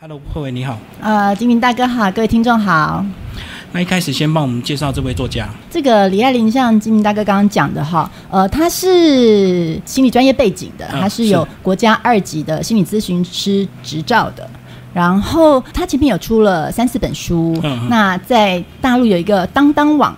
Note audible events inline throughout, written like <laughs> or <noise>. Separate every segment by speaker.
Speaker 1: Hello，慧伟你好。
Speaker 2: 呃，金明大哥好，各位听众好。
Speaker 1: 那一开始先帮我们介绍这位作家，
Speaker 2: 这个李爱玲，像金明大哥刚刚讲的哈，呃，他是心理专业背景的，
Speaker 1: 嗯
Speaker 2: 他是有
Speaker 1: 是
Speaker 2: 国家二级的心理咨询师执照的。然后他前面有出了三四本书，
Speaker 1: 嗯嗯
Speaker 2: 那在大陆有一个当当网。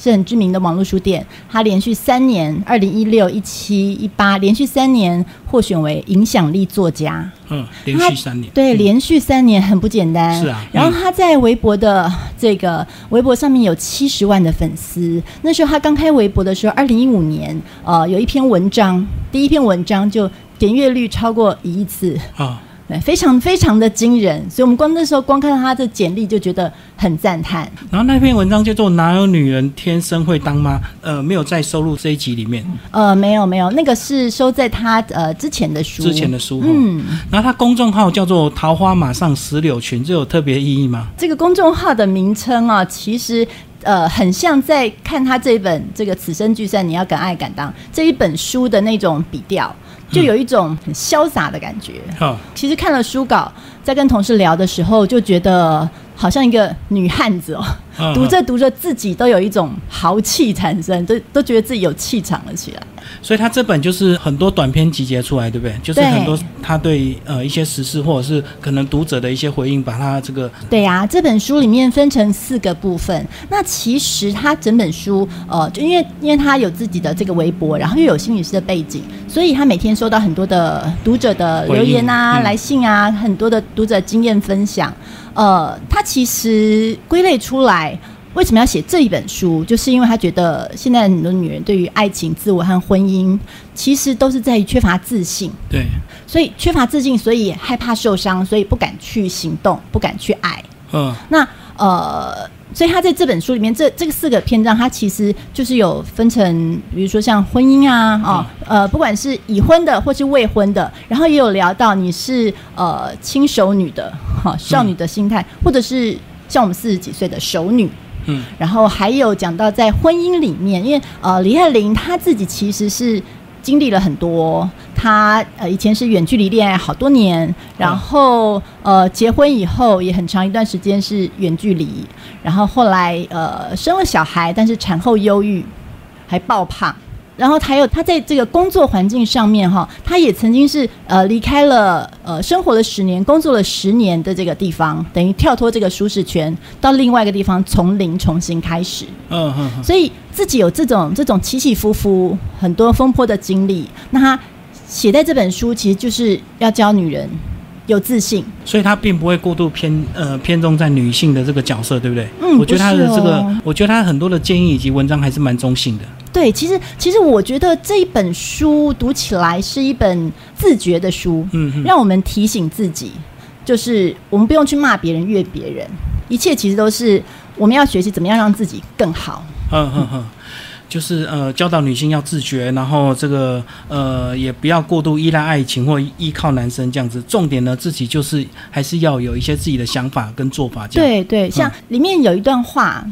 Speaker 2: 是很知名的网络书店，他连续三年，二零一六、一七、一八，连续三年获选为影响力作家。
Speaker 1: 嗯，连续三年，
Speaker 2: 对，连续三年很不简
Speaker 1: 嗯
Speaker 2: 单。
Speaker 1: 是啊
Speaker 2: 然后他在微博的这个微博上面有七十万的粉丝。那时候他刚开微博的时候，二零一五年，呃，有一篇文章，第一篇文章就点阅率超过一亿次，
Speaker 1: 啊，
Speaker 2: 对，非常非常的惊人。所以我们光那时候光看到他的简历就觉得很赞叹。
Speaker 1: 然后那篇文章叫做《哪有女人天生会当妈》，呃，没有再收录这一集里面
Speaker 2: 呃，没有没有，那个是收在他呃之前的书，
Speaker 1: 之前的书。嗯，
Speaker 2: 嗯。
Speaker 1: 然后他公众号叫做“桃花马上石榴裙”，这有特别意义吗？
Speaker 2: 这个公众号的名称啊，其实呃很像在看他这本这个《此生聚散》，你要敢爱敢当这一本书的那种笔调，就有一种很潇洒的感觉。
Speaker 1: 哈、
Speaker 2: 其实看了书稿，在跟同事聊的时候，就觉得好像一个女汉子哦，
Speaker 1: 嗯
Speaker 2: 读着读着自己都有一种豪气产生，都都觉得自己有气场了起来。
Speaker 1: 所以他这本就是很多短篇集结出来，对不对？就是
Speaker 2: 对
Speaker 1: 很多他对呃一些时事或者是可能读者的一些回应，把他这个
Speaker 2: 对呀、这本书里面分成四个部分。那其实它整本书，呃，就因为因为他有自己的这个微博，然后又有心理师的背景，所以他每天收到很多的读者的留言啊、
Speaker 1: 回应嗯
Speaker 2: 来信啊，很多的读者经验分享。呃，他其实归类出来。为什么要写这一本书？就是因为他觉得现在很多女人对于爱情、自我和婚姻，其实都是在于缺乏自信。
Speaker 1: 对
Speaker 2: 所以缺乏自信，所以害怕受伤，所以不敢去行动，不敢去爱。
Speaker 1: 嗯
Speaker 2: 那呃，所以他在这本书里面，这这个四个篇章，它其实就是有分成，比如说像婚姻啊，哦，呃，不管是已婚的或是未婚的，然后也有聊到你是呃轻熟女的哈、少女的心态，或者是像我们四十几岁的熟女。
Speaker 1: 嗯
Speaker 2: 然后还有讲到在婚姻里面，因为呃，李爱玲她自己其实是经历了很多，她呃以前是远距离恋爱好多年，然后呃结婚以后也很长一段时间是远距离，然后后来呃生了小孩，但是产后忧郁，还爆胖。然后还有她在这个工作环境上面哈，她也曾经是呃离开了呃生活了十年、工作了十年的这个地方，等于跳脱这个舒适圈，到另外一个地方从零重新开始。
Speaker 1: 嗯嗯嗯，
Speaker 2: 所以自己有这种这种起起伏伏、很多风波的经历，那她写在这本书其实就是要教女人有自信，
Speaker 1: 所以他并不会过度偏呃偏重在女性的这个角色，对不对？
Speaker 2: 嗯
Speaker 1: 我觉得他的
Speaker 2: 不是
Speaker 1: 这个，
Speaker 2: 哦
Speaker 1: 我觉得他很多的建议以及文章还是蛮中性的。
Speaker 2: 对，其实其实我觉得这一本书读起来是一本自觉的书，
Speaker 1: 嗯嗯
Speaker 2: 让我们提醒自己，就是我们不用去骂别人、怨别人，一切其实都是我们要学习怎么样让自己更好。
Speaker 1: 嗯嗯嗯，就是呃教导女性要自觉，然后这个呃也不要过度依赖爱情或依靠男生这样子。重点呢，自己就是还是要有一些自己的想法跟做法这样。嗯
Speaker 2: 对对，像里面有一段话，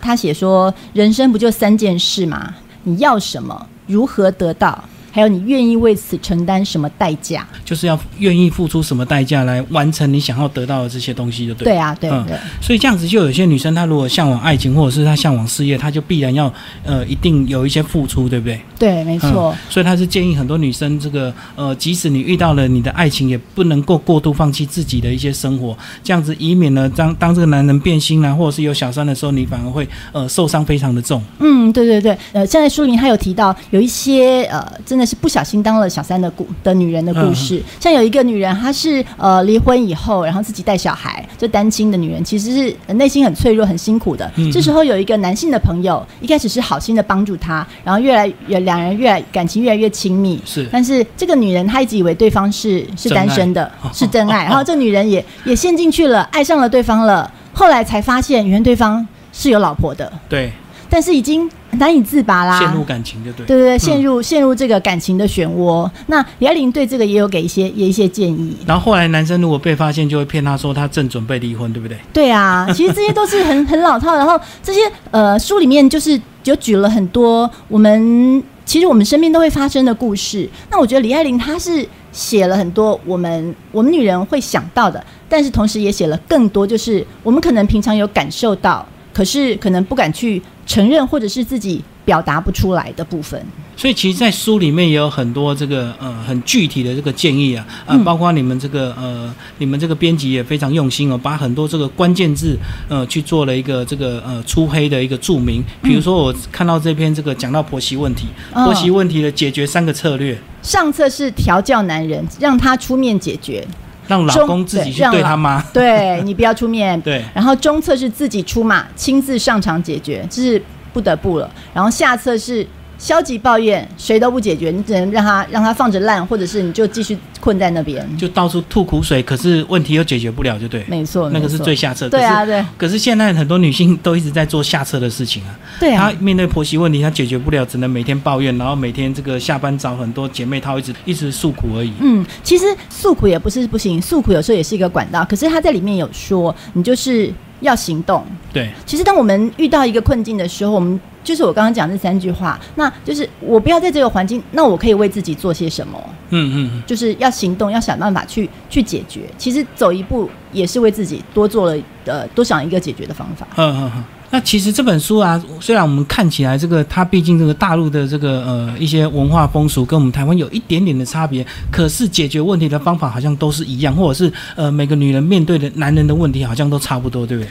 Speaker 2: 他写说：“人生不就三件事吗？你要什么，如何得到，还有你愿意为此承担什么代价。
Speaker 1: 对，就是要愿意付出什么代价来完成你想要得到的这些东西，就”对。
Speaker 2: 对啊，对
Speaker 1: 嗯
Speaker 2: 对。
Speaker 1: 所以这样子，就有些女生她如果向往爱情，或者是她向往事业，她就必然要呃一定有一些付出，对不对？嗯
Speaker 2: 对，没错，
Speaker 1: 所以他是建议很多女生，这个呃，即使你遇到了你的爱情，也不能够过度放弃自己的一些生活，这样子以免呢，当当这个男人变心啊，或者是有小三的时候，你反而会呃受伤非常的重。
Speaker 2: 嗯，对对对，呃，现在书里面他有提到有一些呃，真的是不小心当了小三的故的女人的故事，像有一个女人，她是呃离婚以后，然后自己带小孩，就单亲的女人，其实是、呃内心很脆弱、很辛苦的。
Speaker 1: 嗯
Speaker 2: 这时候有一个男性的朋友，一开始是好心的帮助她，然后越来越两人越来感情越来越亲密。
Speaker 1: 是
Speaker 2: 但是这个女人她一直以为对方是是
Speaker 1: 真爱
Speaker 2: 单身的， <laughs> 是真爱，然后这个女人也也陷进去了，爱上了对方了，后来才发现原来对方是有老婆的。
Speaker 1: 对，
Speaker 2: 但是已经难以自拔啦。
Speaker 1: 陷入嗯感情就对。
Speaker 2: 对对对，陷入、陷入这个感情的漩涡。那李爱玲对这个也有给一些也一些建议。
Speaker 1: 然后后来男生如果被发现，就会骗他说他正准备离婚，对不对？<laughs>
Speaker 2: 对啊，其实这些都是很很老套。然后这些呃书里面就是有举了很多我们其实我们身边都会发生的故事。那我觉得李爱玲她是写了很多我们我们女人会想到的，但是同时也写了更多，就是我们可能平常有感受到，可是可能不敢去承认，或者是自己表达不出来的部分。
Speaker 1: 所以其实，在书里面也有很多这个呃很具体的这个建议啊，啊、
Speaker 2: 嗯
Speaker 1: 包括你们这个呃你们这个编辑也非常用心哦，把很多这个关键字呃去做了一个这个呃粗黑的一个注明。比如说我看到这篇这个讲到婆媳问题，婆媳
Speaker 2: 嗯
Speaker 1: 问题的解决三个策略，
Speaker 2: 上策是调教男人，让他出面解决，
Speaker 1: 让老
Speaker 2: 中
Speaker 1: 公自己
Speaker 2: 对
Speaker 1: 去
Speaker 2: 让
Speaker 1: 对
Speaker 2: 老
Speaker 1: 他妈，
Speaker 2: 对你不要出
Speaker 1: <laughs>
Speaker 2: 面。
Speaker 1: 对。
Speaker 2: 然后中策是自己出马，亲自上场解决，这是不得不了。然后下策是消极抱怨，谁都不解决，你只能让他让他放着烂，或者是你就继续困在那边。
Speaker 1: 就到处吐苦水，可是问题又解决不了，就对，
Speaker 2: 没错，
Speaker 1: 那个是
Speaker 2: 没错
Speaker 1: 最下策。
Speaker 2: 对啊，对
Speaker 1: 可是，可是现在很多女性都一直在做下策的事情啊。
Speaker 2: 对啊
Speaker 1: 她，面对婆媳问题，她解决不了，只能每天抱怨，然后每天这个下班找很多姐妹套，一直一直诉苦而已。
Speaker 2: 嗯，其实诉苦也不是不行，诉苦有时候也是一个管道。可是他在里面有说，你就是要行动。
Speaker 1: 对，
Speaker 2: 其实当我们遇到一个困境的时候，我们就是我刚刚讲这三句话，那就是我不要在这个环境，那我可以为自己做些什么？
Speaker 1: 嗯嗯嗯。
Speaker 2: 就是要行动，要想办法去去解决。其实走一步也是为自己多做了呃多想一个解决的方法。
Speaker 1: 嗯嗯嗯。那其实这本书啊，虽然我们看起来这个它毕竟这个大陆的这个呃一些文化风俗跟我们台湾有一点点的差别，可是解决问题的方法好像都是一样，或者是呃每个女人面对的男人的问题好像都差不多，对不对？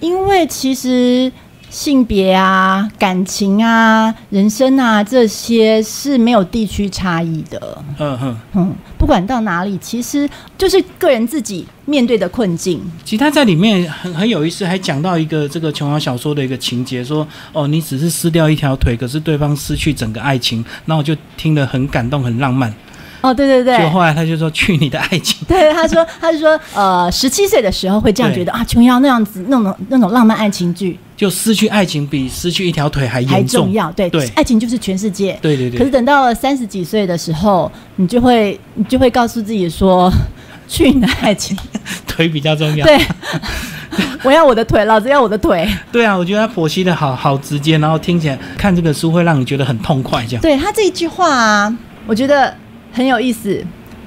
Speaker 2: 因为其实性别啊、感情啊、人生啊这些是没有地区差异的。
Speaker 1: 嗯哼。
Speaker 2: 嗯，不管到哪里，其实就是个人自己面对的困境。
Speaker 1: 其实他在里面很很有意思，还讲到一个这个琼瑶小说的一个情节，说哦，你只是撕掉一条腿，可是对方失去整个爱情，那我就听得很感动，很浪漫。
Speaker 2: 哦，对对
Speaker 1: 结果
Speaker 2: 对。
Speaker 1: 后来他就说去你的爱情，
Speaker 2: <laughs> 对，他说，他就说，呃，十七岁的时候会这样觉得啊，琼瑶那样子那种那种浪漫爱情剧
Speaker 1: 就失去爱情比失去一条腿还
Speaker 2: 还
Speaker 1: 严
Speaker 2: 重
Speaker 1: 重。
Speaker 2: 要，对，
Speaker 1: 对
Speaker 2: 爱情就是全世界。
Speaker 1: 对对
Speaker 2: 可是
Speaker 1: 对，
Speaker 2: 等到了三十几岁的时候，你就会你就会告诉自己说， <laughs> 去你的爱情，
Speaker 1: 腿比较重要。
Speaker 2: 对， <laughs> 我要我的腿，老子要我的腿。
Speaker 1: 对啊，我觉得他剖析的好好直接，然后听起来看这个书会让你觉得很痛快，这样。
Speaker 2: 对他这一句话啊，我觉得很有意思，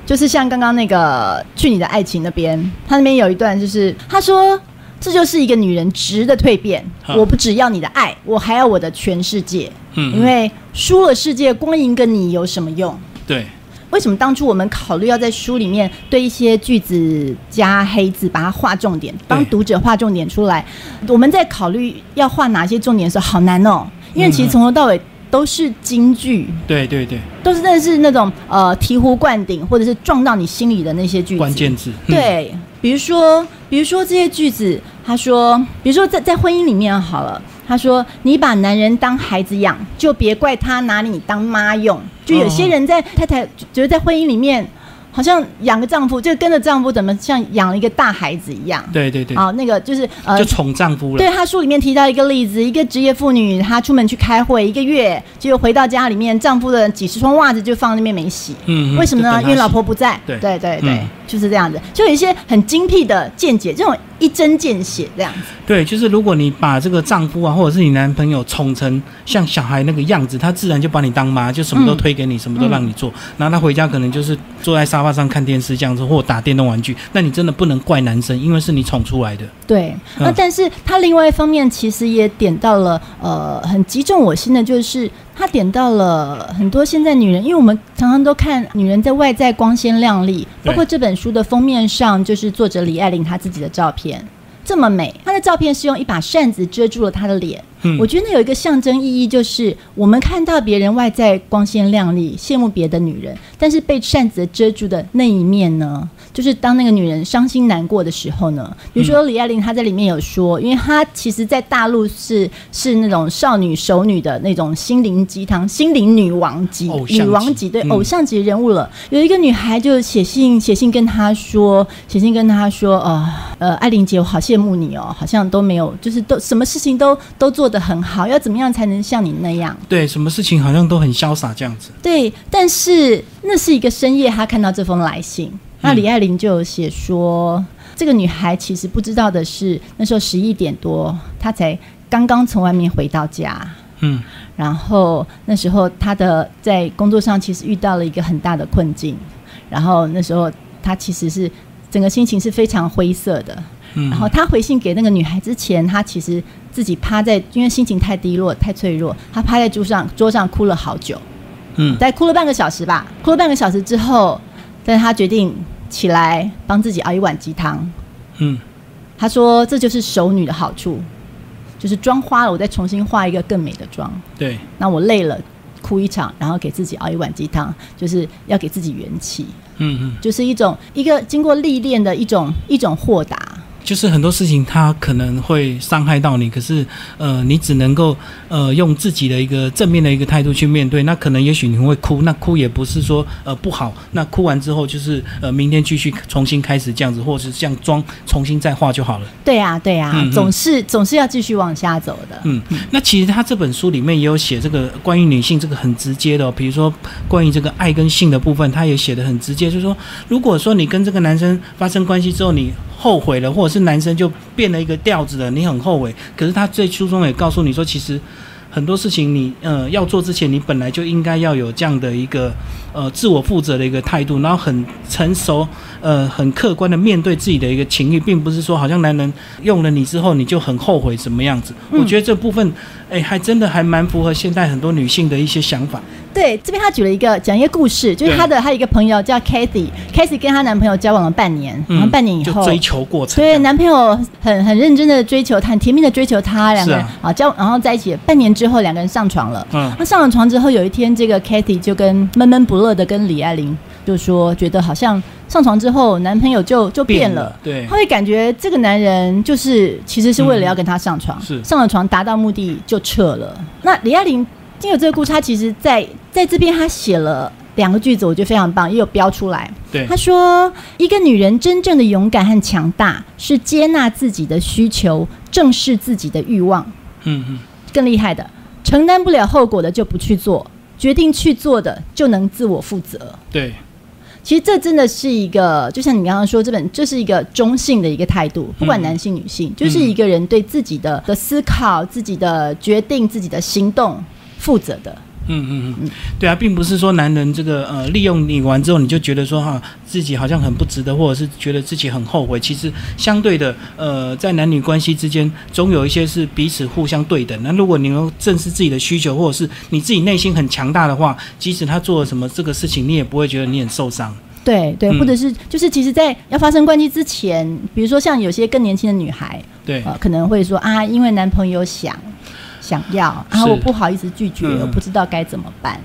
Speaker 2: 就是像刚刚那个去你的爱情那边，他那边有一段就是他说。这就是一个女人值的蜕变。
Speaker 1: 哈
Speaker 2: 我不只要你的爱，我还要我的全世界。
Speaker 1: 嗯，
Speaker 2: 因为输了世界，光赢个你有什么用？
Speaker 1: 对，
Speaker 2: 为什么当初我们考虑要在书里面对一些句子加黑字，把它划重点，帮读者划重点出来？我们在考虑要画哪些重点的时候，好难哦，因为
Speaker 1: 嗯
Speaker 2: 其实从头到尾都是京剧，
Speaker 1: 对对对，
Speaker 2: 都是真的是那种呃醍醐灌顶，或者是撞到你心里的那些句子。
Speaker 1: 关键字。嗯，
Speaker 2: 对，比如说，比如说这些句子，他说，比如说在在婚姻里面好了，他说你把男人当孩子养，就别怪他拿你当妈用。就有些人在太太觉得在婚姻里面，好像养个丈夫就跟着丈夫怎么像养了一个大孩子一样。
Speaker 1: 对对对，
Speaker 2: 好，那个就是呃
Speaker 1: 就，宠丈夫了。
Speaker 2: 对他书里面提到一个例子，一个职业妇女，她出门去开会，一个月就回到家里面，丈夫的几十双袜子就放在那边没洗。
Speaker 1: 嗯，嗯
Speaker 2: 为什么
Speaker 1: 就
Speaker 2: 呢？
Speaker 1: 等他
Speaker 2: 因为老
Speaker 1: 洗
Speaker 2: 婆不在。
Speaker 1: 对
Speaker 2: 对对对
Speaker 1: 嗯
Speaker 2: 就是这样子，就有一些很精辟的见解，这种一针见血这样子。
Speaker 1: 对，就是如果你把这个丈夫啊，或者是你男朋友宠成像小孩那个样子，他自然就把你当妈，就什么都推给你，什么都让你做。然后他回家可能就是坐在沙发上看电视这样子，或打电动玩具。那你真的不能怪男生，因为是你宠出来的。
Speaker 2: 对，
Speaker 1: 嗯
Speaker 2: 那但是他另外一方面其实也点到了，呃，很击中我心的就是他点到了很多现在女人，因为我们常常都看女人在外在光鲜亮丽，
Speaker 1: 对
Speaker 2: 包括这本书的封面上就是作者李爱玲她自己的照片。这么美，她的照片是用一把扇子遮住了她的脸。
Speaker 1: 嗯
Speaker 2: 我觉得有一个象征意义，就是我们看到别人外在光鲜亮丽，羡慕别的女人，但是被扇子遮住的那一面呢，就是当那个女人伤心难过的时候呢，比如说
Speaker 1: 嗯
Speaker 2: 李爱玲，她在里面有说，因为她其实，在大陆是是那种少女熟女的那种心灵鸡汤、心灵女王级
Speaker 1: 偶、像级
Speaker 2: 女王级对、
Speaker 1: 嗯
Speaker 2: 偶像级人物了。有一个女孩就写信写信跟她说，写信跟她说，呃呃，爱玲姐，我好羡慕你哦，好像都没有，就是都什么事情都都做得很好，要怎么样才能像你那样？
Speaker 1: 对，什么事情好像都很潇洒这样子。
Speaker 2: 对，但是那是一个深夜，她看到这封来信，那
Speaker 1: 嗯
Speaker 2: 李爱玲就有写说，这个女孩其实不知道的是，那时候十一点多，她才刚刚从外面回到家，
Speaker 1: 嗯，
Speaker 2: 然后那时候她的在工作上其实遇到了一个很大的困境。然后那时候他其实是整个心情是非常灰色的。
Speaker 1: 嗯，
Speaker 2: 然后他回信给那个女孩之前，他其实自己趴在，因为心情太低落、太脆弱，他趴在桌上桌上哭了好久，
Speaker 1: 嗯
Speaker 2: 大概哭了半个小时吧。哭了半个小时之后，但是他决定起来帮自己熬一碗鸡汤。
Speaker 1: 嗯
Speaker 2: 他说：“这就是熟女的好处，就是妆花了，我再重新画一个更美的妆。
Speaker 1: 对，
Speaker 2: 那我累了，哭一场，然后给自己熬一碗鸡汤，就是要给自己元气，
Speaker 1: 嗯嗯，
Speaker 2: 就是一种一个经过历练的一种一种豁达。”
Speaker 1: 就是很多事情它可能会伤害到你，可是呃，你只能够呃用自己的一个正面的一个态度去面对。那可能也许你会哭，那哭也不是说呃不好，那哭完之后就是呃明天继续重新开始这样子，或者是像妆重新再画就好了。
Speaker 2: 对呀、对呀、
Speaker 1: 嗯嗯
Speaker 2: 总是总是要继续往下走的。
Speaker 1: 嗯，那其实他这本书里面也有写这个关于女性这个很直接的、哦，比如说关于这个爱跟性的部分，他也写的很直接，就是说，如果说你跟这个男生发生关系之后，你后悔了，或者是男生就变了一个调子了，你很后悔，可是他最初中也告诉你说，其实。很多事情你呃要做之前，你本来就应该要有这样的一个呃自我负责的一个态度，然后很成熟呃很客观的面对自己的一个情欲，并不是说好像男人用了你之后你就很后悔什么样子。
Speaker 2: 嗯
Speaker 1: 我觉得这部分哎还真的还蛮符合现代很多女性的一些想法。
Speaker 2: 对，这边他举了一个讲一个故事，就是她的她有一个朋友叫 Kathy，Kathy 跟她男朋友交往了半年，然后半年以
Speaker 1: 嗯就
Speaker 2: 后。
Speaker 1: 追求过程，
Speaker 2: 对，男朋友很很认真的追求她，很甜蜜的追求她，两个人
Speaker 1: 是
Speaker 2: 啊交，然后在一起半年之后，两个人上床了。
Speaker 1: 嗯
Speaker 2: 那上了床之后，有一天，这个 Kathy 就跟闷闷不乐的跟李爱玲就说，觉得好像上床之后，男朋友就就变了，
Speaker 1: 对
Speaker 2: 她，会感觉这个男人就是其实是为了要跟她上床，
Speaker 1: 嗯是
Speaker 2: 上了床达到目的就撤了。那李爱玲经有这个故事，她其实在在这边她写了两个句子，我觉得非常棒，也有标出来。
Speaker 1: 对
Speaker 2: 她说：“一个女人真正的勇敢和强大，是接纳自己的需求，正视自己的欲望。
Speaker 1: 嗯嗯
Speaker 2: 更厉害的，承担不了后果的就不去做，决定去做的就能自我负责。”
Speaker 1: 对，
Speaker 2: 其实这真的是一个，就像你刚刚说，这本这是一个中性的一个态度，不管男性女性，就是一个人对自己的的思考、自己的决定、自己的行动负责的。
Speaker 1: 嗯嗯嗯，对啊，并不是说男人这个呃利用你完之后，你就觉得说哈、自己好像很不值得，或者是觉得自己很后悔。其实相对的，呃，在男女关系之间，总有一些是彼此互相对等。那如果你能够正视自己的需求，或者是你自己内心很强大的话，即使他做了什么这个事情，你也不会觉得你很受伤。
Speaker 2: 对对，
Speaker 1: 嗯
Speaker 2: 或者是就是，其实，在要发生关系之前，比如说像有些更年轻的女孩，
Speaker 1: 对，
Speaker 2: 呃，可能会说啊，因为男朋友想想要，然后
Speaker 1: 是
Speaker 2: 我不好意思拒绝，
Speaker 1: 嗯
Speaker 2: 我不知道该怎么办。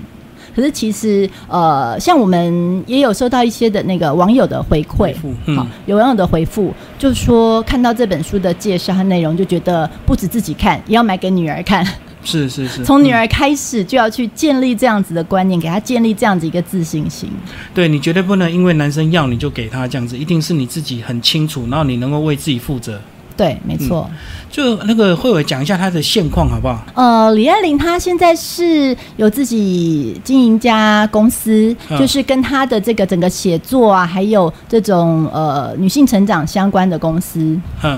Speaker 2: 可是其实，呃，像我们也有收到一些的那个网友的回馈，
Speaker 1: 复
Speaker 2: 好
Speaker 1: 嗯，
Speaker 2: 有网友的回复就说，看到这本书的介绍和内容，就觉得不止自己看，也要买给女儿看。
Speaker 1: 是是是，
Speaker 2: 从女
Speaker 1: 嗯
Speaker 2: 儿开始就要去建立这样子的观念，给她建立这样子一个自信心。
Speaker 1: 对你绝对不能因为男生要你就给他这样子，一定是你自己很清楚，然后你能够为自己负责。
Speaker 2: 对，没错。
Speaker 1: 嗯就那个慧伟讲一下他的现况好不好？
Speaker 2: 呃，李爱玲她现在是有自己经营一家公司，
Speaker 1: 嗯
Speaker 2: 就是跟她的这个整个写作啊，还有这种呃女性成长相关的公司。
Speaker 1: 嗯。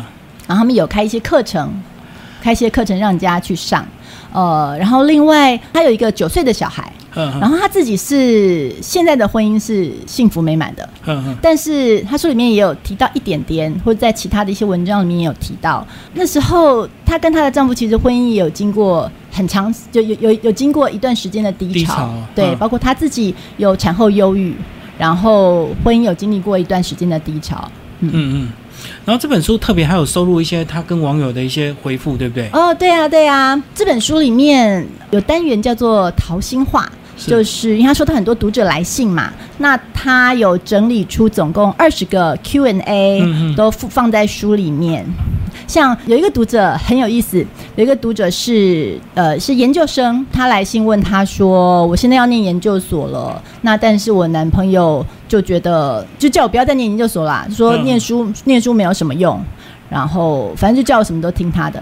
Speaker 2: 然后他们有开一些课程，开一些课程让人家去上。呃，然后另外他有一个九岁的小孩，
Speaker 1: 嗯嗯
Speaker 2: 然后他自己是现在的婚姻是幸福美满的，
Speaker 1: 嗯嗯
Speaker 2: 但是他书里面也有提到一点点，或者在其他的一些文章里面也有提到，那时候她跟她的丈夫其实婚姻也有经过很长，就有有有经过一段时间的低潮，
Speaker 1: 嗯低潮
Speaker 2: 对，
Speaker 1: 嗯
Speaker 2: 包括她自己有产后忧郁，然后婚姻有经历过一段时间的低潮，
Speaker 1: 嗯嗯。然后这本书特别还有收录一些他跟网友的一些回复，对不对？
Speaker 2: 哦，对啊，对啊，这本书里面有单元叫做“桃心话”，
Speaker 1: 是
Speaker 2: 就是因为他收到很多读者来信嘛，那他有整理出总共二十个 Q&A，、
Speaker 1: 嗯嗯
Speaker 2: 都附放在书里面。像有一个读者很有意思，有一个读者是呃是研究生，他来信问他说：“我现在要念研究所了，那但是我男朋友就觉得就叫我不要再念研究所啦，说
Speaker 1: 嗯
Speaker 2: 念书、念书没有什么用，然后反正就叫我什么都听他的。”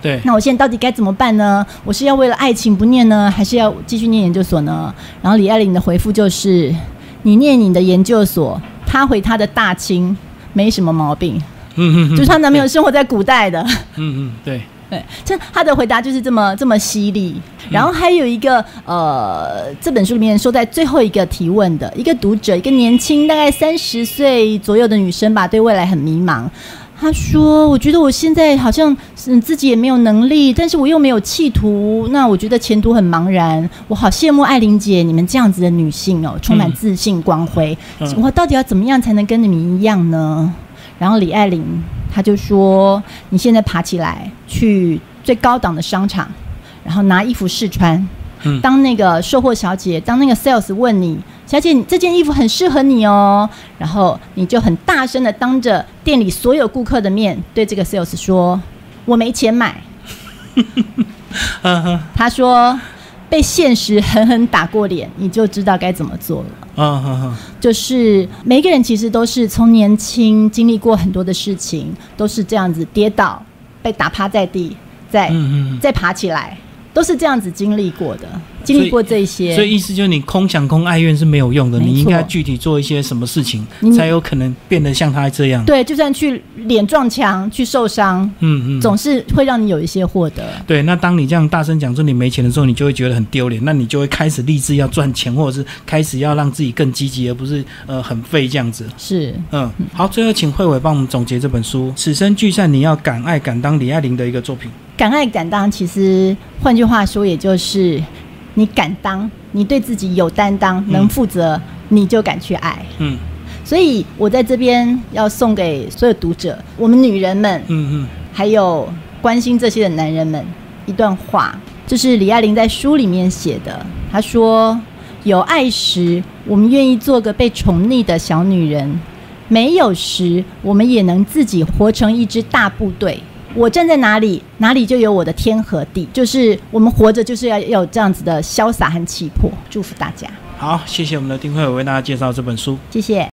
Speaker 1: 对，
Speaker 2: 那我现在到底该怎么办呢？我是要为了爱情不念呢，还是要继续念研究所呢？然后李爱玲的回复就是：你念你的研究所，他回他的大清，没什么毛病。
Speaker 1: 嗯嗯，
Speaker 2: 就是她男朋友生活在古代的，
Speaker 1: 嗯嗯对，
Speaker 2: 对，这他的回答就是这么这么犀利。然后还有一个呃，这本书里面说在最后一个提问的一个读者，一个年轻大概三十岁左右的女生吧，对未来很迷茫。她说：“我觉得我现在好像嗯自己也没有能力，但是我又没有企图，那我觉得前途很茫然。我好羡慕艾琳姐你们这样子的女性哦，充满
Speaker 1: 嗯
Speaker 2: 自信光辉。
Speaker 1: 嗯
Speaker 2: 我到底要怎么样才能跟你们一样呢？”然后李爱玲她就说：“你现在爬起来，去最高档的商场，然后拿衣服试穿。
Speaker 1: 嗯
Speaker 2: 当那个售货小姐，当那个 sales 问你，小姐，你这件衣服很适合你哦，然后你就很大声的当着店里所有顾客的面对这个 sales 说：我没钱买。
Speaker 1: 呵呵，
Speaker 2: 他说被现实狠狠打过脸，你就知道该怎么做了。”
Speaker 1: 嗯呵呵，
Speaker 2: 就是每一个人其实都是从年轻经历过很多的事情，都是这样子跌倒，被打趴在地，再、
Speaker 1: 嗯嗯
Speaker 2: 再爬起来，都是这样子经历过的，
Speaker 1: 所以
Speaker 2: 经历过这
Speaker 1: 嗯。所以
Speaker 2: 些。
Speaker 1: 意思就是你空想空哀怨是没有用的，
Speaker 2: 没错
Speaker 1: 你应该具体做一些什么事情
Speaker 2: 你，
Speaker 1: 才有可能变得像他这样。
Speaker 2: 对，就算去脸撞墙、去受伤，
Speaker 1: 嗯嗯。
Speaker 2: 总是会让你有一些获得。
Speaker 1: 对，那当你这样大声讲说你没钱的时候，你就会觉得很丢脸，那你就会开始立志要赚钱，或者是开始要让自己更积极，而不是呃很废这样子。
Speaker 2: 是，
Speaker 1: 嗯，好，最后请慧伟帮我们总结这本书《此生聚散》，你要敢爱敢当李爱玲的一个作品。
Speaker 2: 敢爱敢当，其实换句话说，也就是你敢当，你对自己有担当，能
Speaker 1: 嗯
Speaker 2: 负责，你就敢去爱。
Speaker 1: 嗯
Speaker 2: 所以我在这边要送给所有读者，我们女人们，
Speaker 1: 嗯嗯
Speaker 2: 还有关心这些的男人们一段话，这是李爱玲在书里面写的。她说：“有爱时，我们愿意做个被宠溺的小女人；没有时，我们也能自己活成一支大部队。”我站在哪里，哪里就有我的天和地。就是我们活着，就是要要有这样子的潇洒和气魄。祝福大家，
Speaker 1: 好，谢谢我们的丁慧伟为大家介绍这本书。
Speaker 2: 谢谢。